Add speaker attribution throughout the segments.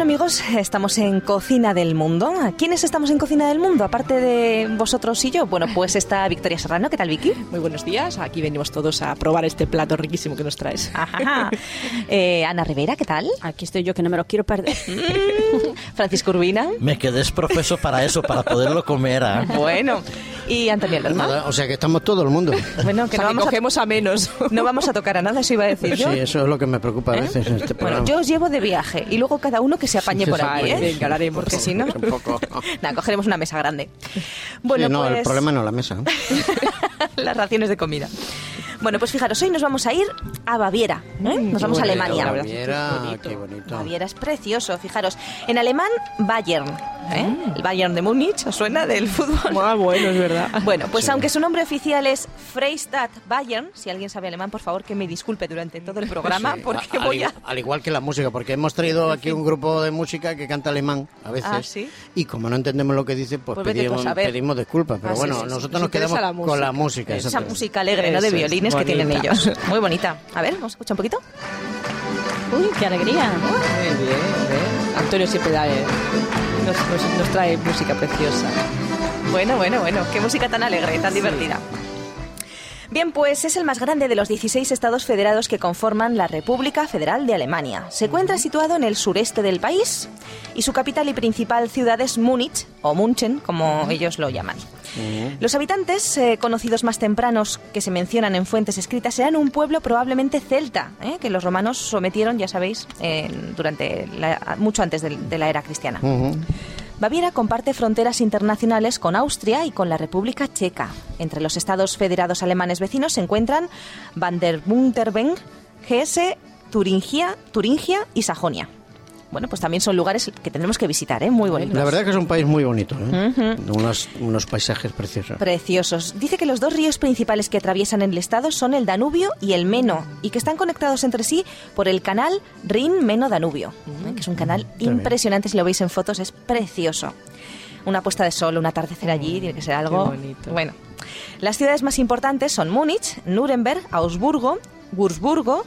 Speaker 1: amigos, estamos en Cocina del Mundo. ¿A ¿Quiénes estamos en Cocina del Mundo? Aparte de vosotros y yo. Bueno, pues está Victoria Serrano. ¿Qué tal, Vicky?
Speaker 2: Muy buenos días. Aquí venimos todos a probar este plato riquísimo que nos traes.
Speaker 1: Ajá. Eh, Ana Rivera, ¿qué tal?
Speaker 3: Ah, Aquí estoy yo que no me lo quiero perder.
Speaker 1: Francisco Urbina.
Speaker 4: Me quedé profeso para eso, para poderlo comer. ¿ah?
Speaker 1: Bueno. Y Antonio Lerma.
Speaker 5: Nada, o sea que estamos todo el mundo.
Speaker 1: Bueno,
Speaker 2: O
Speaker 1: que no
Speaker 2: sea, que
Speaker 1: vamos, a,
Speaker 2: cogemos a menos.
Speaker 1: no vamos a tocar a nada, eso iba a decir
Speaker 5: Sí,
Speaker 1: yo. ¿Eh?
Speaker 5: eso es lo que me preocupa a veces en este programa.
Speaker 1: Bueno, yo os llevo de viaje y luego cada uno que se apañe
Speaker 5: Sí,
Speaker 1: por
Speaker 5: sí,
Speaker 1: ahí,
Speaker 5: sí.
Speaker 1: ¿eh?
Speaker 2: Venga, lo haremos.
Speaker 1: Porque si no...
Speaker 5: Tampoco.
Speaker 1: Nada, cogeremos una mesa grande.
Speaker 5: Sí,
Speaker 1: Bueno,
Speaker 5: no,
Speaker 1: pues...
Speaker 5: el problema no la mesa. ¿eh? ¿no?
Speaker 1: las raciones de comida. Bueno, pues fijaros, hoy nos vamos a ir a Baviera. ¿eh? Nos vamos a
Speaker 5: bonito,
Speaker 1: Alemania.
Speaker 5: la verdad es que es Baviera, qué bonito.
Speaker 1: Baviera es precioso, fijaros. En alemán, Bayern. ¿eh? El Bayern de Múnich, ¿os suena del fútbol?
Speaker 2: Ah, bueno, es verdad.
Speaker 1: Bueno, pues aunque su nombre oficial es Freistadt Bayern, si alguien sabe alemán, por favor que me disculpe durante todo el programa
Speaker 5: Sí,
Speaker 1: porque
Speaker 5: al,
Speaker 1: voy a...
Speaker 5: al igual que la música, porque hemos traído aquí un grupo de música que canta alemán a veces.
Speaker 1: Ah, ¿sí?
Speaker 5: Y como no entendemos lo que dice, pues,
Speaker 1: Pues vete tú a
Speaker 5: pedimos,
Speaker 1: saber.
Speaker 5: pedimos disculpas. Pero
Speaker 1: Ah, sí,
Speaker 5: bueno,
Speaker 1: sí, sí.
Speaker 5: nosotros
Speaker 2: Nos
Speaker 5: nos quedamos
Speaker 2: interesa la
Speaker 5: con la
Speaker 2: música.
Speaker 5: música.
Speaker 1: Esa
Speaker 5: exactamente.
Speaker 1: música alegre, ¿no? De
Speaker 5: Eso es,
Speaker 1: violines que tienen
Speaker 5: bonita.
Speaker 1: ellos. Muy bonita. A ver, vamos a escuchar un poquito.
Speaker 3: Uy, qué alegría.
Speaker 2: Muy bien, ¿eh? Antonio siempre da, eh, nos, nos- nos trae música preciosa.
Speaker 1: Bueno, bueno, bueno, qué música tan alegre, tan divertida. Bien, pues es el más grande de los 16 estados federados que conforman la República Federal de Alemania. Se encuentra situado en el sureste del país y su capital y principal ciudad es Múnich, o München, como ellos lo llaman. Los habitantes, eh, conocidos más tempranos que se mencionan en fuentes escritas, eran un pueblo probablemente celta, ¿eh? que los romanos sometieron, ya sabéis, en- durante la- mucho antes del- de la era cristiana.
Speaker 5: Ujú.
Speaker 1: Baviera comparte fronteras internacionales con Austria y con la República Checa. Entre los estados federados alemanes vecinos se encuentran Baden-Württemberg, Hesse, Turingia, Turingia y Sajonia. Bueno, pues también son lugares que tendremos que visitar, ¿eh? muy bonitos.
Speaker 5: La verdad que es un país muy bonito, ¿eh? unos, unos paisajes preciosos.
Speaker 1: Preciosos. Dice que los dos ríos principales que atraviesan el estado son el Danubio y el Meno, y que están conectados entre sí por el canal Rin-Meno-Danubio,
Speaker 2: Mm.
Speaker 1: ¿eh? que es un canal
Speaker 5: bien.
Speaker 1: impresionante, si lo veis en fotos, es precioso. Una puesta de sol, un atardecer allí, tiene que ser algo...
Speaker 2: qué bonito.
Speaker 1: Bueno, las ciudades más importantes son Múnich, Nuremberg, Augsburgo, Würzburgo,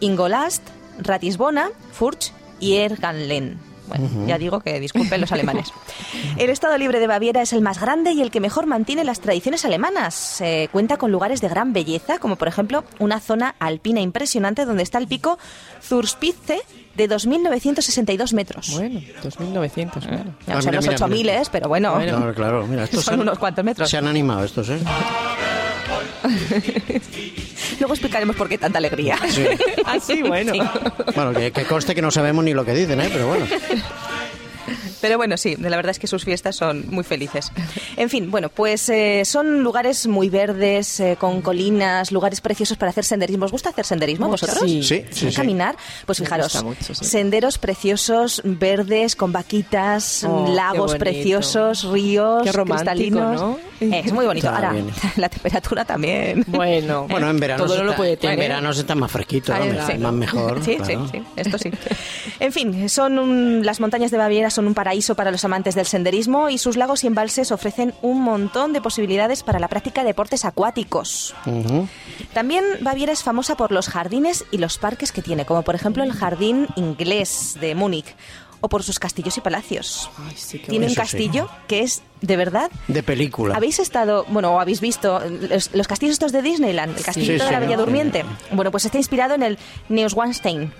Speaker 1: Ingolstadt, Ratisbona, Furch y Erganlen. Bueno, ya digo que disculpen los alemanes. El Estado Libre de Baviera es el más grande y el que mejor mantiene las tradiciones alemanas. Eh, cuenta con lugares de gran belleza, como por ejemplo una zona alpina impresionante donde está el pico Zurspitze de 2.962 metros.
Speaker 2: Bueno, 2900, claro.
Speaker 1: Ya
Speaker 5: Ah,
Speaker 1: son
Speaker 5: mira,
Speaker 1: los
Speaker 5: mira,
Speaker 1: 8.000,
Speaker 5: mira.
Speaker 1: es, pero
Speaker 2: Ah,
Speaker 1: bueno,
Speaker 5: Claro, claro, mira, estos
Speaker 1: son
Speaker 5: se han-
Speaker 1: unos cuantos metros.
Speaker 5: Se han animado estos, ¿eh?
Speaker 1: Luego explicaremos por qué tanta alegría.
Speaker 5: Sí.
Speaker 2: Ah, sí, bueno.
Speaker 5: Bueno, que, que conste que no sabemos ni lo que dicen, ¿eh? Pero bueno.
Speaker 1: Pero bueno, sí, la verdad es que sus fiestas son muy felices. En fin, bueno, pues eh, son lugares muy verdes, eh, con colinas, lugares preciosos para hacer senderismo. ¿Os gusta hacer senderismo a
Speaker 2: Mucho.
Speaker 1: vosotros?
Speaker 2: Sí.
Speaker 5: Sí, sí, sí.
Speaker 1: Caminar, pues
Speaker 2: Me
Speaker 1: fijaros,
Speaker 2: gusta mucho, sí.
Speaker 1: senderos preciosos, verdes, con vaquitas,
Speaker 2: Oh, qué
Speaker 1: lagos
Speaker 2: bonito.
Speaker 1: preciosos, ríos
Speaker 2: Qué romántico,
Speaker 1: cristalinos. Eh,
Speaker 2: ¿no?
Speaker 1: es muy bonito.
Speaker 5: Está
Speaker 1: Ahora,
Speaker 5: bien.
Speaker 1: la temperatura también.
Speaker 2: Bueno,
Speaker 5: Bueno, en verano,
Speaker 2: ¿eh? Todo
Speaker 5: se
Speaker 2: no lo
Speaker 5: está-
Speaker 2: puede tener.
Speaker 5: en verano se está más fresquito,
Speaker 1: Ah,
Speaker 5: ¿no?
Speaker 1: sí.
Speaker 5: más mejor.
Speaker 1: Sí,
Speaker 5: claro.
Speaker 1: sí, sí, esto sí. En fin, son un- las montañas de Baviera son un paraíso para los amantes del senderismo y sus lagos y embalses ofrecen un montón de posibilidades para la práctica de deportes acuáticos.
Speaker 5: Ujú.
Speaker 1: También Baviera es famosa por los jardines y los parques que tiene, como por ejemplo el Jardín Inglés de Múnich o por sus castillos y palacios.
Speaker 2: Ay, sí, qué
Speaker 1: Tiene un
Speaker 5: Eso sí.
Speaker 1: castillo que es de verdad
Speaker 5: De película.
Speaker 1: ¿Habéis estado, bueno, o habéis visto los, los castillos estos de Disneyland? El castillo
Speaker 5: Sí,
Speaker 1: de la
Speaker 5: señor.
Speaker 1: Bella Durmiente. Bueno, pues está inspirado en el Neuschwanstein.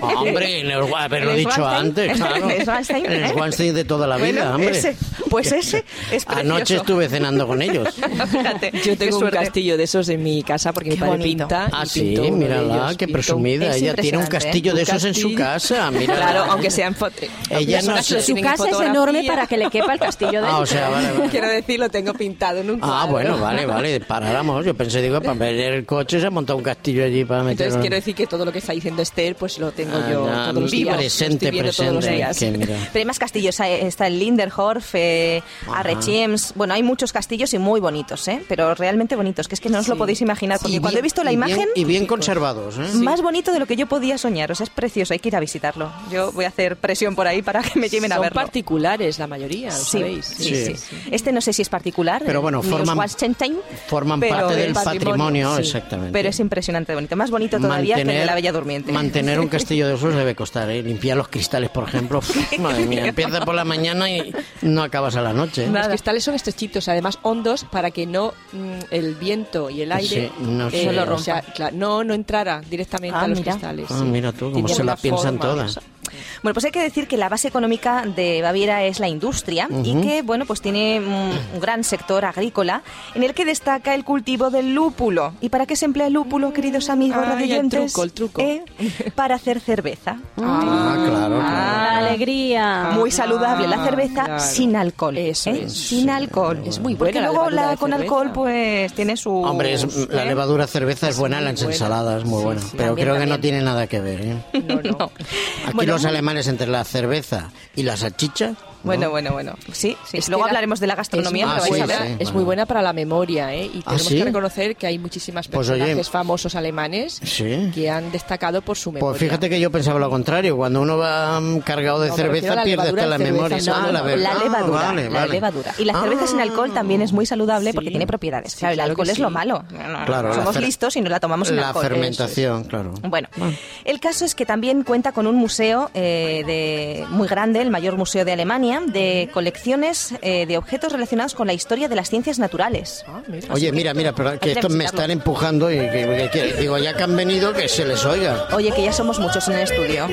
Speaker 5: Hombre, en el, gua- pero lo he
Speaker 1: ¿En el
Speaker 5: dicho
Speaker 1: Swanstein?
Speaker 5: antes, claro.
Speaker 1: ¿En el Swanstein?
Speaker 2: ¿eh?
Speaker 5: En el Swanstein de toda la
Speaker 1: Bueno,
Speaker 5: vida, hombre.
Speaker 1: ese- pues ese es
Speaker 5: Anoche
Speaker 1: precioso.
Speaker 5: estuve cenando con ellos.
Speaker 1: Fíjate,
Speaker 2: Yo
Speaker 1: qué
Speaker 2: tengo un
Speaker 1: suerte.
Speaker 2: castillo de esos en mi casa porque mi
Speaker 1: Qué
Speaker 2: padre
Speaker 1: bonito.
Speaker 2: pinta.
Speaker 5: Ah,
Speaker 2: y
Speaker 5: sí,
Speaker 2: pintó uno de
Speaker 5: mírala,
Speaker 2: ellos, pintó
Speaker 5: qué
Speaker 2: un-
Speaker 5: presumida.
Speaker 1: Es
Speaker 5: Ella tiene un
Speaker 1: impresionante,
Speaker 5: castillo
Speaker 2: ¿eh? un
Speaker 5: de esos en su
Speaker 2: castillo.
Speaker 5: casa, mira.
Speaker 2: Claro, aunque sea en foto.
Speaker 5: Ella
Speaker 2: Eso
Speaker 5: no
Speaker 2: las
Speaker 5: se-
Speaker 2: lo
Speaker 3: Su
Speaker 2: tienen en
Speaker 3: casa es
Speaker 2: fotografía.
Speaker 3: enorme para que le quepa el castillo de
Speaker 5: Ah, o sea, vale, vale.
Speaker 2: Quiero decir, lo tengo pintado en un cuadro.
Speaker 5: Ah, bueno, vale, vale, paráramos. Yo pensé, digo, para meter el coche se ha montado un castillo allí para meter...
Speaker 2: Entonces quiero decir que todo lo que está diciendo Esther, pues lo tengo
Speaker 5: Ah,
Speaker 2: yo
Speaker 5: ya,
Speaker 2: todos los días. lo estoy
Speaker 5: presente,
Speaker 2: viendo todos los
Speaker 5: presente,
Speaker 2: días.
Speaker 5: que mira.
Speaker 1: Pero hay más castillos, eh, está el Linderhof, eh,
Speaker 5: Ajá.
Speaker 1: Arrechiems, bueno, hay muchos castillos y muy bonitos, ¿eh? pero realmente bonitos, que es que no os lo
Speaker 2: Sí.
Speaker 1: podéis imaginar,
Speaker 5: Y
Speaker 1: porque
Speaker 5: bien-
Speaker 1: cuando he visto la
Speaker 5: y bien-
Speaker 1: imagen,
Speaker 5: y bien conservados, ¿eh?
Speaker 1: más bonito de lo que yo podía soñar, o sea, es precioso, hay que ir a visitarlo. Yo voy a hacer presión por ahí para que me lleven a
Speaker 2: Son
Speaker 1: verlo.
Speaker 2: particulares la mayoría, lo
Speaker 1: Sí,
Speaker 2: sabéis.
Speaker 1: Ah, sí, Sí,
Speaker 5: Sí.
Speaker 1: sí. Este no sé si es particular.
Speaker 5: Pero bueno,
Speaker 1: ni los
Speaker 5: forman-
Speaker 1: Wallenstein,
Speaker 5: forman
Speaker 1: pero
Speaker 5: parte
Speaker 1: el
Speaker 5: del patrimonio,
Speaker 1: sí.
Speaker 5: exactamente.
Speaker 1: Pero es impresionante bonito. Más bonito todavía que el de la Bella Durmiente.
Speaker 5: mantener un castillo de esos debe costar, ¿eh? Limpiar los cristales, por ejemplo. Uf, madre mía, empieza por la mañana y no acabas a la noche. ¿eh?
Speaker 2: Los cristales son estrechitos, además hondos, para que no mm, el viento y el aire eh,
Speaker 5: Sí, no sé.
Speaker 2: o
Speaker 5: No lo
Speaker 2: sea, cla- no, no entrara directamente
Speaker 1: Ah,
Speaker 2: a los
Speaker 1: mira.
Speaker 2: cristales.
Speaker 5: Ah,
Speaker 2: sí.
Speaker 5: mira tú,
Speaker 2: Y
Speaker 5: cómo
Speaker 2: tiene
Speaker 5: se la
Speaker 2: una
Speaker 5: piensan
Speaker 2: forma,
Speaker 5: todas.
Speaker 1: Bueno, pues hay que decir que la base económica de Baviera es la industria y que, bueno, pues tiene mm, un gran sector agrícola en el que destaca el cultivo del lúpulo. ¿Y para qué se emplea el lúpulo, queridos amigos
Speaker 2: Ay, el
Speaker 1: radioyentes?
Speaker 2: truco, el truco.
Speaker 1: ¿Eh? Para hacer cerveza.
Speaker 5: Ah, claro, claro.
Speaker 3: La alegría.
Speaker 1: Muy saludable la cerveza
Speaker 2: Ah, claro.
Speaker 1: sin alcohol.
Speaker 2: Eso
Speaker 1: ¿eh?
Speaker 2: es.
Speaker 1: Sin alcohol.
Speaker 2: Es muy
Speaker 1: Porque
Speaker 2: buena la
Speaker 1: luego
Speaker 2: levadura
Speaker 1: la,
Speaker 2: de
Speaker 1: con
Speaker 2: cerveza.
Speaker 1: alcohol pues tiene su...
Speaker 5: Hombre, es-
Speaker 1: ¿eh?
Speaker 5: la levadura cerveza es buena en las ensaladas, muy buena. pero
Speaker 2: también,
Speaker 5: creo que no
Speaker 2: también.
Speaker 5: tiene nada que ver, ¿eh?
Speaker 2: No, no.
Speaker 5: Aquí
Speaker 1: Bueno.
Speaker 5: los alemanes entre la cerveza y la salchicha. ¿no?
Speaker 1: Bueno, bueno, bueno. Sí, sí.
Speaker 2: Es que
Speaker 1: Luego
Speaker 2: la-
Speaker 1: hablaremos de la gastronomía,
Speaker 5: Ah,
Speaker 1: pero vais
Speaker 2: es, muy
Speaker 1: a
Speaker 5: sí,
Speaker 1: ver.
Speaker 2: buena,
Speaker 5: sí,
Speaker 2: es
Speaker 5: bueno.
Speaker 2: muy buena para la memoria, ¿eh? Y
Speaker 5: ¿Ah,
Speaker 2: tenemos
Speaker 5: sí?
Speaker 2: que reconocer que hay muchísimas
Speaker 5: Pues,
Speaker 2: personajes
Speaker 5: oye.
Speaker 2: famosos alemanes
Speaker 5: Sí.
Speaker 2: que han destacado por su memoria.
Speaker 5: Pues fíjate que yo pensaba lo contrario. Cuando uno va mm, cargado de
Speaker 2: No, me refiero a
Speaker 5: cerveza
Speaker 2: la
Speaker 5: pierde
Speaker 2: levadura
Speaker 5: hasta la
Speaker 2: de cerveza,
Speaker 5: memoria.
Speaker 2: no,
Speaker 5: Ah,
Speaker 2: no,
Speaker 5: la
Speaker 2: no,
Speaker 5: ver-
Speaker 1: La
Speaker 5: ah,
Speaker 1: levadura,
Speaker 5: vale,
Speaker 1: la
Speaker 5: vale.
Speaker 1: levadura. Y la cerveza
Speaker 5: Ah,
Speaker 1: sin alcohol también es muy saludable
Speaker 2: Sí.
Speaker 1: porque tiene propiedades.
Speaker 2: Sí,
Speaker 1: claro, el
Speaker 2: claro que
Speaker 1: alcohol es
Speaker 2: sí.
Speaker 1: lo malo. No, no,
Speaker 5: Claro, la
Speaker 1: somos
Speaker 5: fer-
Speaker 1: listos y no la tomamos sin
Speaker 5: La
Speaker 1: alcohol.
Speaker 5: fermentación, claro.
Speaker 1: Bueno, el caso es que también cuenta con un museo eh, de, muy grande, el mayor museo de Alemania, de colecciones eh, de objetos relacionados con la historia de las ciencias naturales.
Speaker 2: Ah, mira.
Speaker 5: Oye, mira, mira, pero que
Speaker 1: Hay que
Speaker 5: estos me
Speaker 1: visitarlo.
Speaker 5: están empujando y que, que- que- digo, ya que han venido, que se les oiga.
Speaker 1: Oye, que ya somos muchos en el estudio.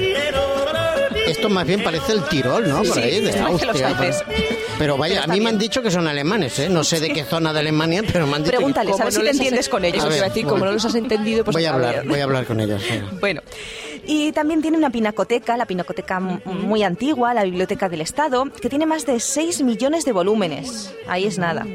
Speaker 5: Esto más bien parece el Tirol, ¿no?
Speaker 1: Sí,
Speaker 5: Por ahí, de
Speaker 1: parece
Speaker 5: Austria,
Speaker 1: los Alpes.
Speaker 5: por- Pero vaya,
Speaker 1: Pero
Speaker 5: a
Speaker 1: está
Speaker 5: mí me
Speaker 1: bien.
Speaker 5: han dicho que son alemanes, ¿eh? No sé de qué zona de Alemania, pero me han dicho que-
Speaker 1: Pregúntales, a
Speaker 2: Como
Speaker 1: ver si
Speaker 2: no
Speaker 1: te
Speaker 2: les has-
Speaker 1: entiendes con ellos.
Speaker 2: Eso
Speaker 5: A
Speaker 2: te iba
Speaker 5: ver,
Speaker 2: a decir,
Speaker 5: voy.
Speaker 2: como no los has entendido, pues
Speaker 5: voy a hablar,
Speaker 2: bien.
Speaker 5: voy a hablar con ellos. venga.
Speaker 1: Bueno, y también tiene una pinacoteca, la pinacoteca m- muy antigua, la Biblioteca del Estado, que tiene más de 6 millones de volúmenes. Ahí es nada.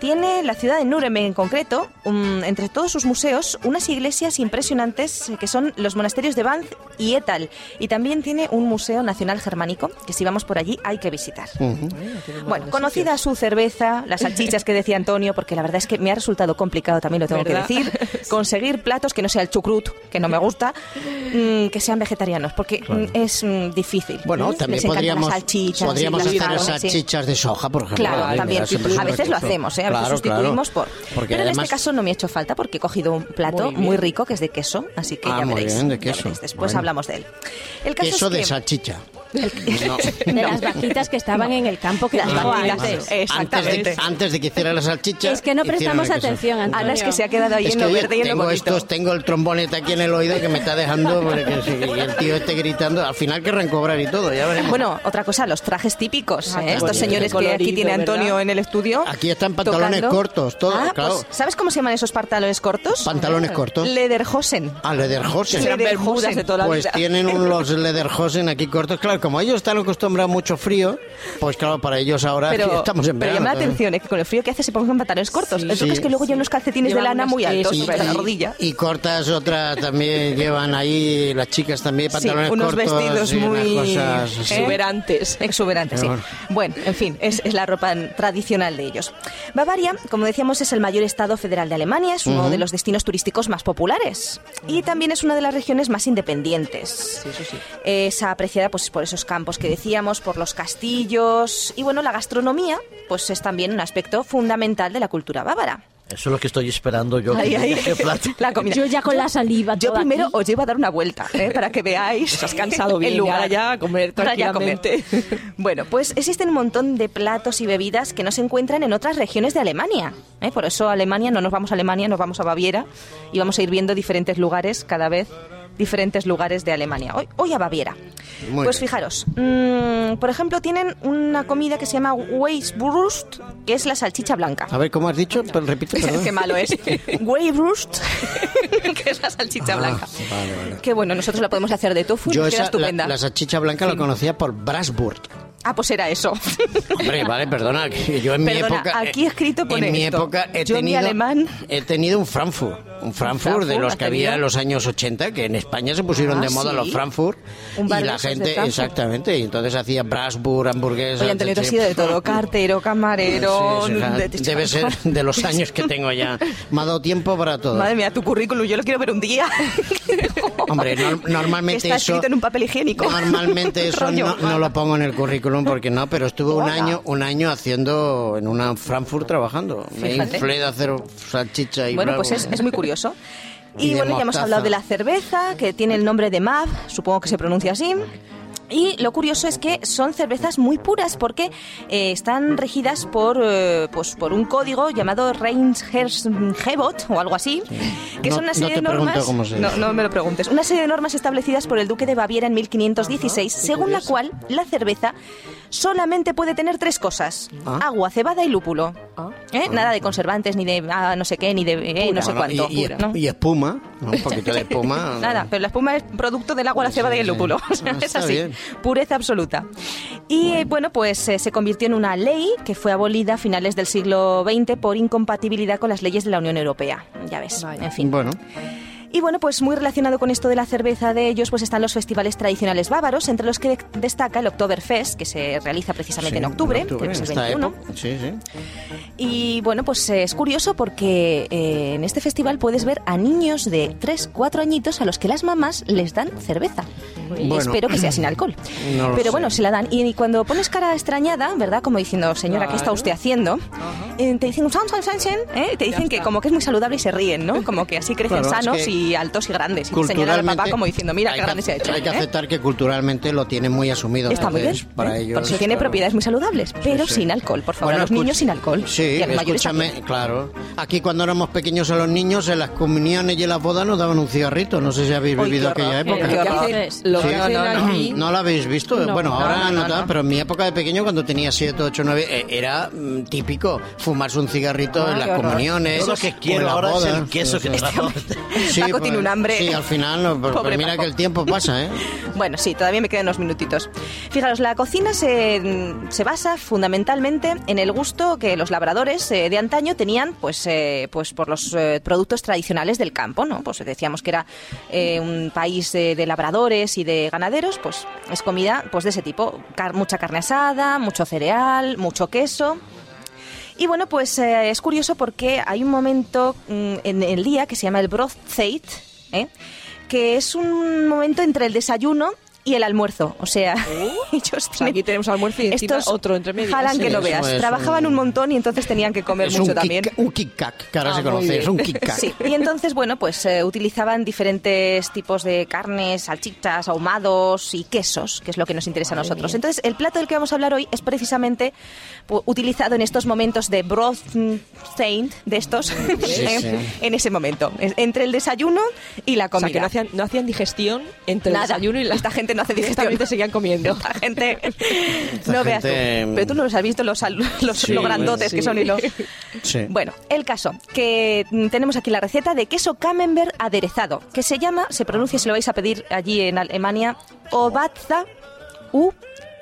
Speaker 1: Tiene la ciudad de Nuremberg en concreto, un- entre todos sus museos, unas iglesias impresionantes eh, que son los monasterios de Banz y Etal. Y también tiene un Museo Nacional Germánico, que si vamos por allí hay que visitar.
Speaker 5: Ujú.
Speaker 1: Bueno, conocida su cerveza, las salchichas que decía Antonio, porque la verdad es que me ha resultado complicado, también lo tengo
Speaker 2: ¿Verdad?
Speaker 1: que decir, conseguir platos que no sea el chucrut, que no me gusta, mm, que sean vegetarianos, porque mm, es mm, difícil.
Speaker 5: Bueno,
Speaker 1: Les
Speaker 5: también
Speaker 1: encantan
Speaker 5: podríamos,
Speaker 1: las salchichas, y
Speaker 5: podríamos
Speaker 1: las
Speaker 5: hacer
Speaker 1: carnes, sí.
Speaker 5: salchichas de soja, por ejemplo.
Speaker 1: Claro,
Speaker 5: Ay,
Speaker 1: también.
Speaker 5: mira, siempre es
Speaker 1: A
Speaker 5: un
Speaker 1: veces lo
Speaker 5: recurso.
Speaker 1: hacemos, ¿eh? a veces
Speaker 5: Claro, claro.
Speaker 1: sustituimos por.
Speaker 5: Porque
Speaker 1: Pero en
Speaker 5: además-
Speaker 1: este caso no me ha hecho falta porque he cogido un plato
Speaker 2: Muy
Speaker 1: muy,
Speaker 2: bien.
Speaker 1: rico que es de queso, así que
Speaker 5: Ah,
Speaker 1: ya
Speaker 5: muy
Speaker 1: veréis.
Speaker 5: bien, de
Speaker 1: ya
Speaker 5: queso.
Speaker 1: veréis. Después
Speaker 5: Bueno.
Speaker 1: hablamos de él. El caso
Speaker 5: Queso
Speaker 1: es que,
Speaker 5: de salchicha. No.
Speaker 3: De las vaquitas que estaban en el campo que
Speaker 1: Las
Speaker 3: dijo
Speaker 1: vaquitas,
Speaker 3: antes.
Speaker 1: eh,
Speaker 5: Antes
Speaker 1: Exactamente.
Speaker 5: de, antes de que hiciera la salchicha.
Speaker 3: Es que no
Speaker 5: hicieron el
Speaker 3: prestamos
Speaker 5: queso.
Speaker 3: atención, Antonio.
Speaker 1: Ana es que se ha quedado ahí
Speaker 5: Es
Speaker 1: en
Speaker 5: que
Speaker 1: lo
Speaker 5: oye,
Speaker 1: verde Ah, y en lo
Speaker 5: tengo
Speaker 1: bonito.
Speaker 5: estos, tengo el trombonete aquí en el oído que me está dejando porque sí, y el tío esté gritando. Al final querrán cobrar y todo, ya veremos.
Speaker 1: Bueno, otra cosa, los trajes típicos.
Speaker 2: Ah,
Speaker 1: ¿eh?
Speaker 2: qué
Speaker 1: Estos
Speaker 5: bonito.
Speaker 1: señores que aquí
Speaker 2: Colorido,
Speaker 1: tiene Antonio
Speaker 2: ¿verdad?
Speaker 1: en el estudio.
Speaker 5: Aquí están pantalones cortos, todo,
Speaker 1: Ah,
Speaker 5: claro.
Speaker 1: pues, ¿Sabes cómo se llaman esos pantalones cortos? Ah,
Speaker 5: Pantalones cortos.
Speaker 1: Lederhosen.
Speaker 5: A Lederhosen.
Speaker 2: Serán
Speaker 1: Lederhosen.
Speaker 2: bermudas de toda la
Speaker 5: Pues
Speaker 2: vida.
Speaker 5: tienen un- los Lederhosen aquí cortos. Claro, como ellos están acostumbrados a mucho frío, pues claro, para ellos ahora
Speaker 1: Pero,
Speaker 5: estamos en
Speaker 1: pero
Speaker 5: verano. ¿eh?
Speaker 1: llama la
Speaker 5: todavía.
Speaker 1: atención es que con el frío que hace se pongan pantalones cortos.
Speaker 2: Sí,
Speaker 1: el truco
Speaker 5: sí,
Speaker 1: es que luego llevan unos calcetines de
Speaker 2: Llevan
Speaker 1: lana
Speaker 2: unas-
Speaker 1: muy altos
Speaker 2: eso,
Speaker 1: hasta la
Speaker 2: y-
Speaker 1: rodilla.
Speaker 5: Y cortas otras también llevan ahí las chicas también
Speaker 1: Sí,
Speaker 5: pantalones
Speaker 1: unos
Speaker 5: cortos
Speaker 1: vestidos
Speaker 5: y Pues unas
Speaker 1: muy
Speaker 5: cosas así.
Speaker 1: ¿eh?
Speaker 2: Exuberantes.
Speaker 1: Exuberante, sí.
Speaker 5: Pero
Speaker 1: Bueno, en fin, es, es la ropa tradicional de ellos. Bavaria, como decíamos, es el mayor estado federal de Alemania, es uno de los destinos turísticos más populares y también es una de las regiones más independientes.
Speaker 2: Sí, eso sí.
Speaker 1: Es apreciada pues, por esos campos que decíamos, por los castillos y bueno, la gastronomía pues es también un aspecto fundamental de la cultura bávara.
Speaker 4: Eso es lo que estoy esperando yo.
Speaker 1: Ahí, ahí.
Speaker 4: ¿Qué plato?
Speaker 1: La comida.
Speaker 3: Yo ya con la saliva
Speaker 1: Yo
Speaker 3: toda
Speaker 1: primero
Speaker 3: aquí.
Speaker 1: os llevo a dar una vuelta ¿eh? para que veáis.
Speaker 2: Os has cansado bien,
Speaker 1: el lugar.
Speaker 2: ahora ya a comer
Speaker 1: Ahora ya a comer.
Speaker 2: tranquilamente.
Speaker 1: Bueno, pues existen un montón de platos y bebidas que no se encuentran en otras regiones de Alemania. ¿eh? Por eso a Alemania no nos vamos a Alemania, nos vamos a Baviera y vamos a ir viendo diferentes lugares cada vez diferentes lugares de Alemania. Hoy, hoy a Baviera.
Speaker 5: Muy
Speaker 1: pues
Speaker 5: bien.
Speaker 1: fijaros, mm, por ejemplo, tienen una comida que se llama Weisswurst, que es la salchicha blanca.
Speaker 5: A ver, ¿cómo has dicho? Pero repite, perdón.
Speaker 1: Qué malo es. Weisswurst, que es la salchicha
Speaker 5: Ah,
Speaker 1: blanca.
Speaker 5: vale, vale.
Speaker 1: Que bueno, nosotros la podemos hacer de tofu y
Speaker 5: Yo
Speaker 1: nos queda
Speaker 5: esa, la,
Speaker 1: estupenda.
Speaker 5: la salchicha blanca la conocía por Brasburg.
Speaker 1: Ah, pues era eso.
Speaker 5: Hombre, vale, perdona, que yo en mi
Speaker 1: Perdona,
Speaker 5: época... eh,
Speaker 1: aquí escrito pone
Speaker 5: En mi
Speaker 1: esto.
Speaker 5: época he
Speaker 1: Yo ni
Speaker 5: tenido...
Speaker 1: alemán.
Speaker 5: He tenido un Frankfurt. Un Frankfurt de
Speaker 1: Frankfurt,
Speaker 5: los
Speaker 1: ¿has
Speaker 5: que había
Speaker 1: tenido?
Speaker 5: en los años 80, que en España se pusieron
Speaker 1: Ah,
Speaker 5: de moda
Speaker 1: ¿sí?
Speaker 5: los Frankfurt.
Speaker 1: Un bar
Speaker 5: y
Speaker 1: de
Speaker 5: la
Speaker 1: esos de
Speaker 5: gente,
Speaker 1: Frankfurt.
Speaker 5: exactamente, y entonces hacía Brasburg, hamburguesas...
Speaker 1: Oye, Antonio, te has
Speaker 5: etcétera.
Speaker 1: sido de todo. Cartero, camarero...
Speaker 5: Sí, sí, ja,
Speaker 1: de- de-
Speaker 5: debe ser de los años que tengo ya. Me ha dado tiempo para todo.
Speaker 1: Madre mía, tu currículum, yo lo quiero ver un día.
Speaker 5: Hombre, nor-
Speaker 1: que
Speaker 5: normalmente
Speaker 1: está
Speaker 5: eso...
Speaker 1: escrito en un papel higiénico.
Speaker 5: Normalmente eso
Speaker 1: Rollo.
Speaker 5: no, no lo pongo en el currículum porque no, pero estuve un
Speaker 1: Hola.
Speaker 5: año, un año haciendo en una Frankfurt trabajando. Me
Speaker 1: Fíjate.
Speaker 5: inflé de hacer salchicha y
Speaker 1: Bueno,
Speaker 5: bravo.
Speaker 1: pues es, es muy curioso.
Speaker 5: Y
Speaker 1: Y,
Speaker 5: de
Speaker 1: bueno, ya hemos
Speaker 5: mostaza.
Speaker 1: hablado de la cerveza, que tiene el nombre de MAV, supongo que se pronuncia así. Y lo curioso es que son cervezas muy puras porque eh, están regidas por, eh, pues, por un código llamado Reinheitsgebot o algo así, que
Speaker 5: No-
Speaker 1: son una
Speaker 5: no
Speaker 1: serie
Speaker 5: te
Speaker 1: de
Speaker 5: pregunto
Speaker 1: normas...
Speaker 5: cómo se
Speaker 1: no,
Speaker 5: dice.
Speaker 1: no me lo preguntes. Una serie de normas establecidas por el duque de Baviera en 1516, según la cual la cerveza solamente puede tener tres cosas.
Speaker 5: Ah.
Speaker 1: Agua, cebada y lúpulo.
Speaker 2: Ah.
Speaker 1: ¿Eh? Nada de conservantes, ni de ah, no sé qué, ni de eh, no sé
Speaker 5: Bueno,
Speaker 1: cuánto.
Speaker 5: Y, y-
Speaker 1: ¿no?
Speaker 5: y espuma, ¿no? un poquito de espuma.
Speaker 1: Nada, pero la espuma es producto del agua, la cebada y el
Speaker 5: sí.
Speaker 1: lúpulo. O sea,
Speaker 5: Ah,
Speaker 1: es
Speaker 5: está
Speaker 1: así,
Speaker 5: bien.
Speaker 1: pureza absoluta. Y eh, bueno, pues eh, se convirtió en una ley que fue abolida a finales del siglo XX por incompatibilidad con las leyes de la Unión Europea. Ya ves,
Speaker 2: Vaya.
Speaker 1: en fin.
Speaker 5: Bueno,
Speaker 1: Y bueno, pues muy relacionado con esto de la cerveza de ellos, pues están los festivales tradicionales bávaros, entre los que de- destaca el Oktoberfest, que se realiza precisamente
Speaker 5: sí,
Speaker 1: en octubre, creo que es
Speaker 5: en
Speaker 1: el
Speaker 5: esta
Speaker 1: 21.
Speaker 5: época, Sí, sí.
Speaker 1: Y bueno, pues eh, es curioso porque eh, en este festival puedes ver a niños de 3, 4 añitos a los que las mamás les dan cerveza. Y
Speaker 5: Bueno.
Speaker 1: Espero que sea sin alcohol.
Speaker 5: No lo
Speaker 1: Pero
Speaker 5: sé.
Speaker 1: bueno, se la dan. Y, cuando pones cara extrañada, ¿verdad? Como diciendo, señora, ¿qué está
Speaker 2: Claro.
Speaker 1: usted haciendo? Eh, te dicen, "San, san, san, san", ¿eh? Te dicen que
Speaker 2: está.
Speaker 1: como que es muy saludable y se ríen, ¿no? Como que así crecen
Speaker 5: Claro, es
Speaker 1: sanos
Speaker 5: que
Speaker 1: y altos y grandes. Y te señalan al papá como diciendo, mira,
Speaker 5: hay
Speaker 1: qué
Speaker 5: que
Speaker 1: grande se ha hecho.
Speaker 5: Hay que
Speaker 1: ¿eh?
Speaker 5: aceptar que culturalmente lo tienen muy asumido.
Speaker 1: Está muy bien.
Speaker 5: entonces, Para
Speaker 1: ¿eh?
Speaker 5: ellos,
Speaker 1: Porque tiene
Speaker 5: claro.
Speaker 1: propiedades muy saludables, pero
Speaker 5: sí.
Speaker 1: sin alcohol, por favor. a
Speaker 5: Bueno,
Speaker 1: los
Speaker 5: escuch-
Speaker 1: niños sin alcohol.
Speaker 5: Sí,
Speaker 1: y a los mayores
Speaker 5: escúchame, claro. Aquí cuando éramos pequeños a los niños, en las comuniones y en las bodas nos daban un cigarrito. No sé si habéis vivido
Speaker 1: qué
Speaker 5: aquella
Speaker 1: horror,
Speaker 5: época.
Speaker 1: qué horror.
Speaker 2: Lo que
Speaker 5: pues, Sí.
Speaker 2: hacen aquí...
Speaker 5: No la habéis visto. eh.
Speaker 2: No.
Speaker 5: bueno,
Speaker 2: No,
Speaker 5: ahora
Speaker 2: no,
Speaker 5: no,
Speaker 2: no,
Speaker 5: tal,
Speaker 2: no.
Speaker 5: pero en mi época de pequeño, cuando tenía 7, 8, 9, era mm, típico fumarse un cigarrito
Speaker 1: Ah,
Speaker 5: en
Speaker 1: qué
Speaker 5: las
Speaker 1: horror.
Speaker 5: comuniones.
Speaker 4: Yo lo que
Speaker 5: o en
Speaker 4: quiero
Speaker 5: las
Speaker 4: ahora es el
Speaker 5: bodas.
Speaker 4: queso que trajo.
Speaker 5: Sí,
Speaker 1: Paco
Speaker 5: pues,
Speaker 1: tiene un hambre.
Speaker 5: Sí, al final, no, pero
Speaker 1: Pobre
Speaker 5: mira
Speaker 1: Paco.
Speaker 5: que el tiempo pasa, ¿eh?
Speaker 1: Bueno, sí, todavía me quedan unos minutitos. Fijaros, la cocina se, se basa fundamentalmente en el gusto que los labradores eh, de antaño tenían pues, eh, pues por los eh, productos tradicionales del campo, ¿no? Pues decíamos que era eh, un país eh, de labradores y de ganaderos, pues es comida pues de ese tipo. Car- mucha carne asada, mucho cereal, mucho queso. Y bueno, pues eh, es curioso porque hay un momento mm, en el día que se llama el Brotzeit, ¿eh? que es un momento entre el desayuno y el almuerzo. O sea, ellos
Speaker 2: Oh. sea, aquí tenemos almuerzo y encima otro entre medias.
Speaker 1: Jalan
Speaker 2: Sí,
Speaker 1: que no
Speaker 5: eso
Speaker 1: veas.
Speaker 5: es
Speaker 1: Trabajaban un...
Speaker 5: un-
Speaker 1: montón y entonces tenían que comer
Speaker 5: es
Speaker 1: mucho
Speaker 5: un
Speaker 1: también.
Speaker 5: kick, un kick cack, que ahora
Speaker 2: Ah,
Speaker 5: se
Speaker 2: muy
Speaker 5: conoce,
Speaker 2: bien.
Speaker 5: es un kick cack.
Speaker 1: Sí, y entonces, bueno, pues eh, utilizaban diferentes tipos de carnes, salchichas, ahumados y quesos, que es lo que nos interesa a nosotros. Entonces, el plato del que vamos a hablar hoy es precisamente pu- utilizado en estos momentos de broth saint, de estos, en,
Speaker 5: sí.
Speaker 1: en ese momento, en- entre el desayuno y la
Speaker 2: O
Speaker 1: comida.
Speaker 2: sea, que no hacían, no hacían digestión entre
Speaker 1: Nada.
Speaker 2: el desayuno y la...
Speaker 1: Esta gente no hace digestión.
Speaker 2: Directamente seguían comiendo.
Speaker 1: Esta gente, no veas tú.
Speaker 5: gente-
Speaker 1: Pero tú no los has visto los, al- los
Speaker 5: Sí,
Speaker 1: lo grandotes
Speaker 2: sí.
Speaker 1: que son y los...
Speaker 5: Sí.
Speaker 1: Bueno, el caso, que mm, tenemos aquí la receta de queso camembert aderezado, que se llama, se pronuncia si lo vais a pedir allí en Alemania, Obatza u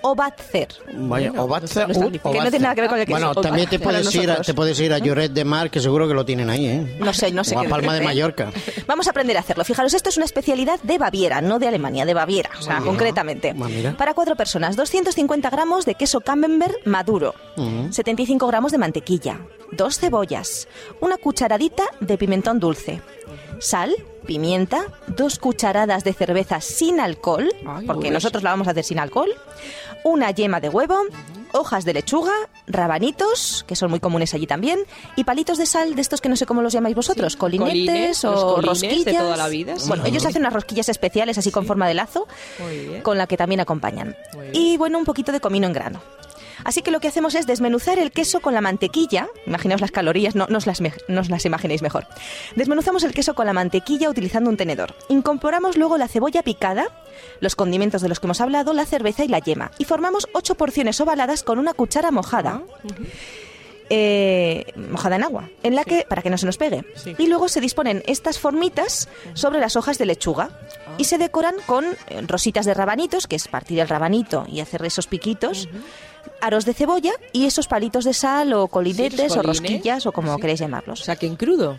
Speaker 1: Obatzer.
Speaker 5: Vaya, o Batza,
Speaker 2: no está
Speaker 5: u-
Speaker 2: difícil.
Speaker 5: o
Speaker 1: Que no tiene nada
Speaker 5: Batza.
Speaker 1: que ver con el queso.
Speaker 5: Bueno, también te
Speaker 1: Para
Speaker 5: puedes, ir a,
Speaker 1: nosotros.
Speaker 5: te puedes ir a Lloret de Mar, que seguro que lo tienen ahí, ¿eh?
Speaker 1: No sé, no sé.
Speaker 5: o a
Speaker 1: qué
Speaker 5: Palma de
Speaker 1: decirte, ¿eh?
Speaker 5: Mallorca.
Speaker 1: Vamos a aprender a hacerlo. Fijaros, esto es una especialidad de Baviera, no de Alemania, de Baviera, o sea,
Speaker 5: Ah,
Speaker 1: concretamente.
Speaker 5: ah, mira.
Speaker 1: Para cuatro personas, 250 gramos de queso camembert maduro,
Speaker 5: Mm.
Speaker 1: 75 gramos de mantequilla, dos cebollas, una cucharadita de pimentón dulce, sal, pimienta, dos cucharadas de cerveza sin alcohol,
Speaker 2: Ay,
Speaker 1: porque
Speaker 2: Dios.
Speaker 1: nosotros la vamos a hacer sin alcohol, una yema de huevo, hojas de lechuga, rabanitos, que son muy comunes allí también, y palitos de sal, de estos que no sé cómo los llamáis vosotros, colinas colinetes
Speaker 2: Colines, los
Speaker 1: o
Speaker 2: colines de
Speaker 1: rosquillas.
Speaker 2: toda la vida, sí.
Speaker 1: Bueno, ellos hacen unas rosquillas especiales así con forma de lazo,
Speaker 2: Muy bien.
Speaker 1: con la que también acompañan.
Speaker 2: Muy bien.
Speaker 1: Y bueno, un poquito de comino en grano. Así que lo que hacemos es desmenuzar el queso con la mantequilla. Imaginaos las calorías, no, no os las, me- no os las imaginéis mejor. Desmenuzamos el queso con la mantequilla utilizando un tenedor. Incorporamos luego la cebolla picada, los condimentos de los que hemos hablado, la cerveza y la yema. Y formamos ocho porciones ovaladas con una cuchara mojada
Speaker 2: Ah.
Speaker 1: eh, mojada en agua, en la que para que no se nos pegue.
Speaker 2: Sí.
Speaker 1: Y luego se disponen estas formitas sobre las hojas de lechuga
Speaker 2: Ah.
Speaker 1: y se decoran con eh, rositas de rabanitos, que es partir el rabanito y hacer esos piquitos. Aros de cebolla y esos palitos de sal o colinetes o
Speaker 2: colines,
Speaker 1: rosquillas o como queréis llamarlos.
Speaker 2: O sea, que en crudo.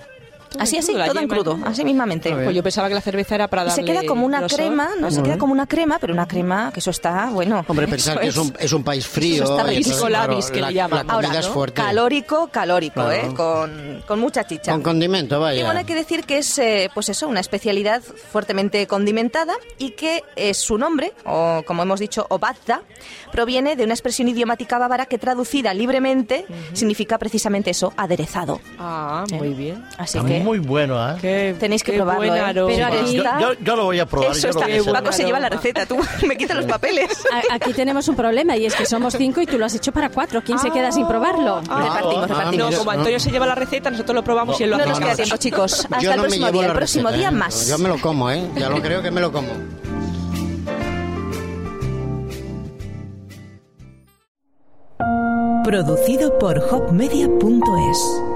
Speaker 1: Así, así,
Speaker 2: cruda,
Speaker 1: todo en
Speaker 2: yema.
Speaker 1: crudo, así mismamente.
Speaker 5: A ver.
Speaker 2: Pues yo pensaba que la cerveza era para
Speaker 1: Y
Speaker 2: darle
Speaker 1: se queda como una
Speaker 2: grosor.
Speaker 1: crema, ¿no? Se queda como una crema, pero una crema que eso está, bueno.
Speaker 5: Hombre, pensar
Speaker 1: eso
Speaker 5: que es un, es un país
Speaker 1: Eso
Speaker 5: frío.
Speaker 1: está
Speaker 5: y entonces,
Speaker 1: riquísimo.
Speaker 5: claro,
Speaker 2: Piscolabis, que
Speaker 5: la,
Speaker 2: le llaman.
Speaker 5: la comida
Speaker 1: Ahora,
Speaker 5: es
Speaker 1: ¿no?
Speaker 5: fuerte.
Speaker 1: calórico, calórico,
Speaker 5: Claro.
Speaker 1: ¿eh? Con, con mucha chicha.
Speaker 5: Con condimento,
Speaker 1: Y
Speaker 5: vaya.
Speaker 1: bueno, hay que decir que es, eh, pues eso, una especialidad fuertemente condimentada y que eh, su nombre, o como hemos dicho, obazda, proviene de una expresión idiomática bávara que traducida libremente significa precisamente eso, aderezado.
Speaker 2: Ah, muy bien.
Speaker 1: Así
Speaker 4: Está
Speaker 1: que
Speaker 4: muy bueno, ¿eh?
Speaker 2: Qué-
Speaker 1: tenéis que
Speaker 2: qué
Speaker 1: probarlo.
Speaker 2: buen
Speaker 1: ¿eh?
Speaker 2: aroma.
Speaker 3: Pero
Speaker 4: Pues
Speaker 3: aquí-
Speaker 4: yo, yo, yo lo voy a probar.
Speaker 1: Eso
Speaker 4: yo lo
Speaker 1: está.
Speaker 4: voy a hacer.
Speaker 1: Paco se lleva la receta, tú me quitas los papeles.
Speaker 3: A- Aquí tenemos un problema y es que somos cinco y tú lo has hecho para cuatro. ¿Quién se queda sin probarlo?
Speaker 2: Ah,
Speaker 1: Repartimos, repartimos.
Speaker 2: No, como Antonio se lleva la receta, nosotros lo probamos y él lo
Speaker 1: No
Speaker 2: hace.
Speaker 1: nos queda
Speaker 2: más.
Speaker 1: tiempo, chicos. Hasta
Speaker 5: Yo
Speaker 1: el
Speaker 5: no me
Speaker 1: próximo
Speaker 5: llevo
Speaker 1: día.
Speaker 5: la
Speaker 1: El próximo
Speaker 5: receta,
Speaker 1: día
Speaker 5: ¿eh?
Speaker 1: más.
Speaker 5: Yo me lo como, ¿eh? Ya lo creo que me lo como.
Speaker 6: Producido por hopmedia.es